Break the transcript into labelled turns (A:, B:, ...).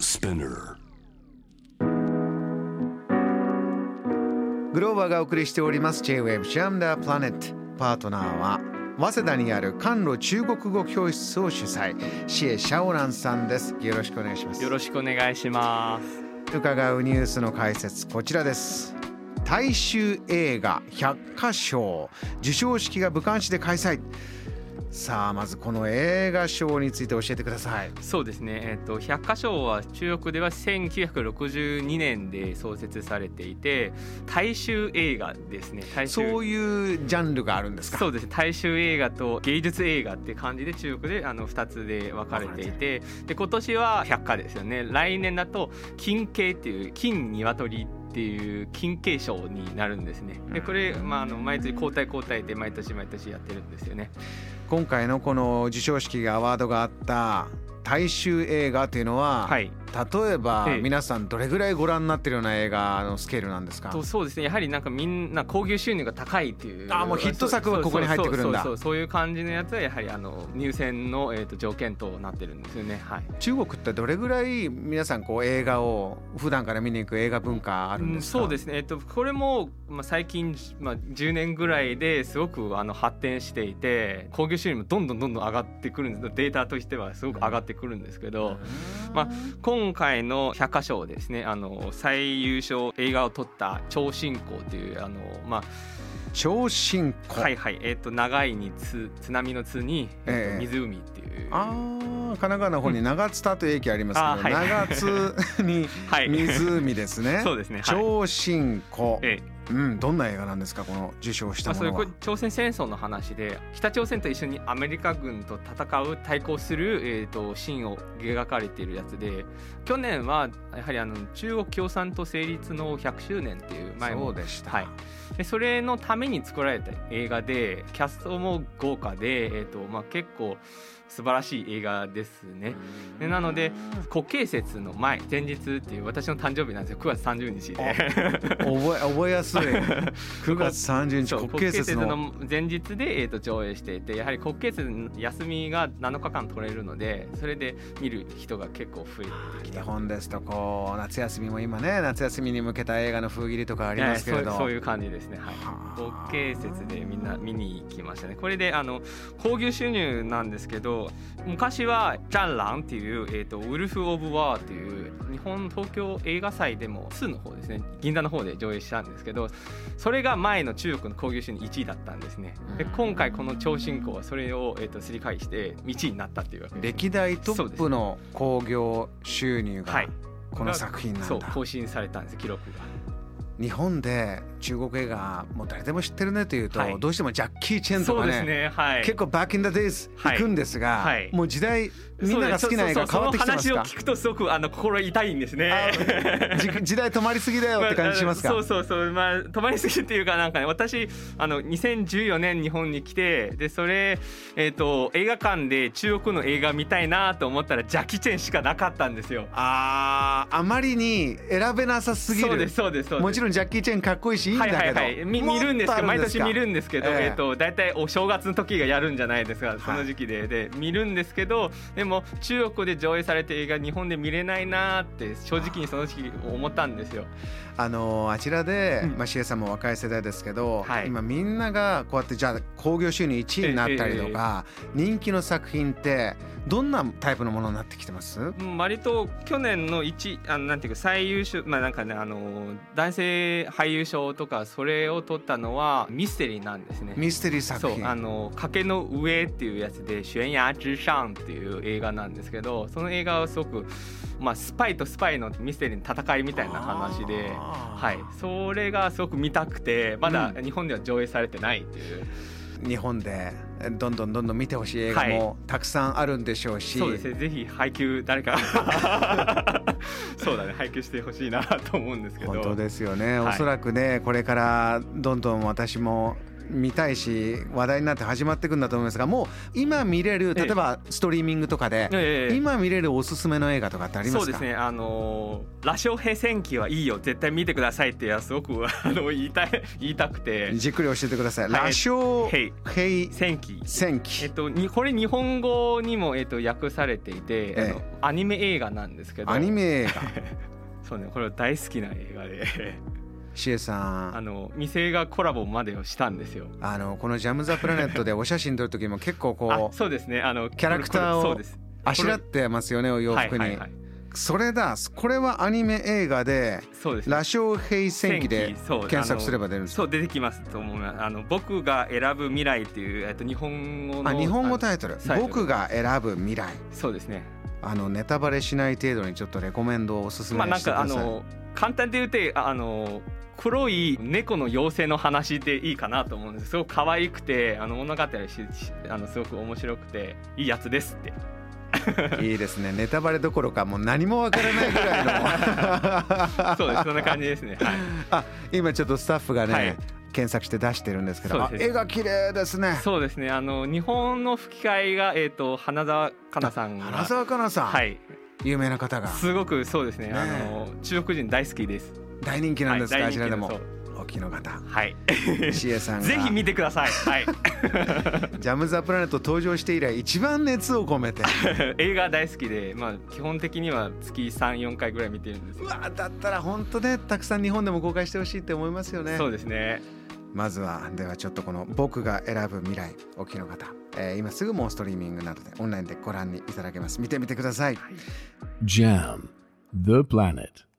A: Spinner.
B: グローバーがお送りしております J-WAVE ジャムダープラネットパートナーは早稲田にある韓路中国語教室を主催シエ・シャオランさんですよろしくお願いします
C: よろしくお願いします。
B: 伺うニュースの解説こちらです大衆映画百花賞受賞式が武漢市で開催さあまずこの映画賞について教えてください
C: そうですね。えっ、と百花賞は中国では1962年で創設されていて、大衆映画ですね。大衆
B: そういうジャンルがあるんですか
C: そうですね大衆映画と芸術映画って感じで中国であの2つで分かれていてで今年は百花ですよね来年だと金鶏っていう金鶏っていう金鶏賞になるんですねでこれ、まあ、あの毎年交代交代で毎年毎年やってるんですよね
B: 今回のこの授賞式がアワードがあった大衆映画というのは、
C: はい
B: 例えば
C: ええ
B: 皆さんどれぐらいご覧になってるような映画のスケールなんですか
C: とそうですねやはりなんかみんな興行収入が高いっていう
B: あもうヒット作はここに入ってくるんだ
C: そうそうそうそうそういう感じのやつはやはりあの入選の、えー、と条件となってるんですよねはい
B: 中国ってどれぐらい皆さんこう映画を普段から見に行く映画文化あるんですか、
C: うんそうですね、えっと、これも、まあ、最近、まあ、10年ぐらいですごくあの発展していて興行収入もどんどんどんどん上がってくるんですデータとしてはすごく上がってくるんですけど、まあ、今回の百花賞ですねあの最優秀映画を取った「超新興」というあの、まあ、
B: 超新庫、
C: はいはい、えっと長いにつ津波の津に、えっと
B: ええ
C: 湖っていう。
B: あー神奈川の方に長津田という駅ありますけど、
C: うんあはい
B: 長津に
C: はい
B: 湖ですね
C: そうですねはい
B: 超新庫、
C: ええ
B: うん、どんな映画なんですかこの受賞した
C: あ
B: も
C: それ
B: の
C: こ
B: は
C: れ朝鮮戦争の話で北朝鮮と一緒にアメリカ軍と戦う対抗する、えー、とシーンを描かれているやつで去年はやはりあの中国共産党成立の100周年っていう前
B: そ
C: も
B: うでした、
C: はいでそれのために作られた映画でキャストも豪華で、えーとまあ、結構素晴らしい映画ですね。でなので国慶節の前前日っていう私の誕生日なんですよ9月30日 で。
B: 覚え覚えや すい9月30日
C: そう
B: 国慶節の
C: 国慶節の前日で、えー、と上映していてやはり国慶節の休みが7日間取れるのでそれで見る人が結構増えてき
B: 日
C: た。
B: 本ですとこう夏休みも今ね夏休みに向けた映画の封切りとかありますけれ
C: えー
B: ど、
C: そうそういう感じですね、はい、国
B: はあ
C: 慶節でみんな見に行きましたねこれであの興行収入なんですけど昔は「ジャンラン」っていう、えーと「ウルフ・オブ・ワー」っていう日本東京映画祭でも2の方ですね銀座の方で上映したんですけどそれが前の中国の興行収入1位だったんですねで今回この超新興はそれを、えー、とすり返して1位になったっていうわけです、ね、
B: 歴代トップの興行収入
C: は
B: が
C: い
B: この作品なん
C: そう
B: だ、
C: 更新されたんです記録が。
B: 日本で中国映画もう誰でも知ってるねというと、
C: はい
B: どうしてもジャッキー・チェンと
C: そう
B: か
C: です
B: ね
C: ねはい
B: 結構バック・イン・ダ・デイズ
C: はい
B: 行くんですが、
C: はい
B: もう時代みんなが好きな映画変わってきてます
C: そう
B: か
C: ですそうそうその話を聞くとすごくあの心痛いんですね。
B: じ時代止まりすぎだよって感じしますか、
C: まああのそうそうそうまあ止まりすぎっていうかなんかね私あの2014年日本に来てでそれえっ、と映画館で中国の映画見たいなと思ったらジャッキーチェンしかなかったんですよ。
B: あーあまりに選べなさすぎる
C: そうですそうですそうです。
B: もちろんジャッキー・チェンかっこいいしいいんだ
C: は
B: け
C: い
B: ど、
C: はいはい、み見るんですけど毎年見るんですけど、え
B: ええ
C: っと大体お正月の時がやるんじゃないですかその時期で,、で見るんですけどでも中国で上映された映画日本で見れないなーって正直にその時期思ったんですよ。
B: あのあちらで、
C: うん
B: まあ、シエさんも若い世代ですけど、
C: はい
B: 今みんながこうやってじゃあ興行収入1位になったりとか、人気の作品ってどんなタイプのものになってきてます
C: うん割と去年の一あのなんていうか最優秀まあなんかねあの男性俳優賞とかそれを取ったのはミステリーなんですね。
B: ミステリー作
C: そう
B: 品
C: あの崖の上っていうやつで「懸崖之上」っていう映画なんですけどその映画はすごく、まあ、スパイとスパイのミステリーの戦いみたいな話で、
B: あー
C: はい、それがすごく見たくてまだ
B: う
C: 日本では上映されてないっていう、
B: 日本でどんどんどんどん見てほしい映画もたくさんあるんでしょうし、
C: そうですねぜひ配給誰か そうだね配給してほしいなと思うんですけど
B: 本当ですよね、
C: はい
B: おそらくねこれからどんどん私も見たいし話題になって始まっていくんだと思いますがもう今見れる
C: ええ
B: 例えばストリーミングとかで、
C: ええ
B: 今見れるおすすめの映画とかってありま
C: そ
B: す
C: うで
B: か
C: すねあのー羅生平戦記はいいよ絶対見てくださいっていうのはすごくあの言いたい言いたくて
B: じっくり教えてください。
C: はい
B: 羅生
C: 兵
B: 兵
C: 戦記
B: 戦
C: えっ
B: 記
C: とにこれ日本語にもえっと訳されていて、
B: ええ
C: あのアニメ映画なんですけど
B: アニメ 映画
C: そうねこれ大好きな 映画で
B: シエさ
C: あ
B: ん
C: の店がコラボまでをしたんですよ
B: あのこのジャムザプラネットでお写真撮る時も結構
C: あ
B: こう
C: そうですねあの
B: キャラクターを
C: これこれそうです
B: あしらってますよねお洋服
C: はいはい
B: に
C: はい、
B: それだこれはアニメ映画で
C: そうですね
B: 羅生兵戦記で
C: そう
B: 検索すれ
C: ば
B: ば出るんですか
C: そう出てきますと思いますあの僕が選ぶ未来っていうえっと日本語の
B: あ日本語
C: あ
B: タイトル
C: タイトル
B: 僕が選ぶ未来
C: のそうですね
B: あのネタバレしない程度にちょっとレコメンドをおすすめ
C: まあなん
B: してく
C: かあ
B: ださい
C: の簡単で言うてああの黒い猫の妖精の話でいいかなと思うんですすごく可愛くてあの物語ししあのすごく面白くていいやつですっ て
B: いいですねネタバレどころかもう何もわからないぐらいの
C: そうですそんな感じですね はい
B: あ今ちょっとスタッフがね、
C: はい
B: 検索して出してるんですけど
C: そう
B: あ
C: です
B: 絵が綺麗ですね
C: そうですねあの日本の吹き替えが、えー、と花澤香菜さんが
B: 原沢香菜さん、
C: はい
B: 有名な方が
C: すごくそうですね
B: ね
C: あの中国人大好きです
B: 大人気なんですか、
C: はい
B: あちらでも
C: 大人気
B: 大きの方
C: はい
B: シエさんが
C: ぜひ見てくださいはい
B: ジャム・ザ・プラネット登場して以来一番熱を込めて
C: 映画大好きでまあ基本的には月34回ぐらい見てるんです
B: うわだったら本当ねたくさん日本でも公開してほしいって思いますよね
C: そうですね
B: まずはではちょっとこの「僕が選ぶ未来」お聞きの方、えー今すぐもうストリーミングなどでオンラインでご覧にいただけます見てみてください
A: Jam the planet.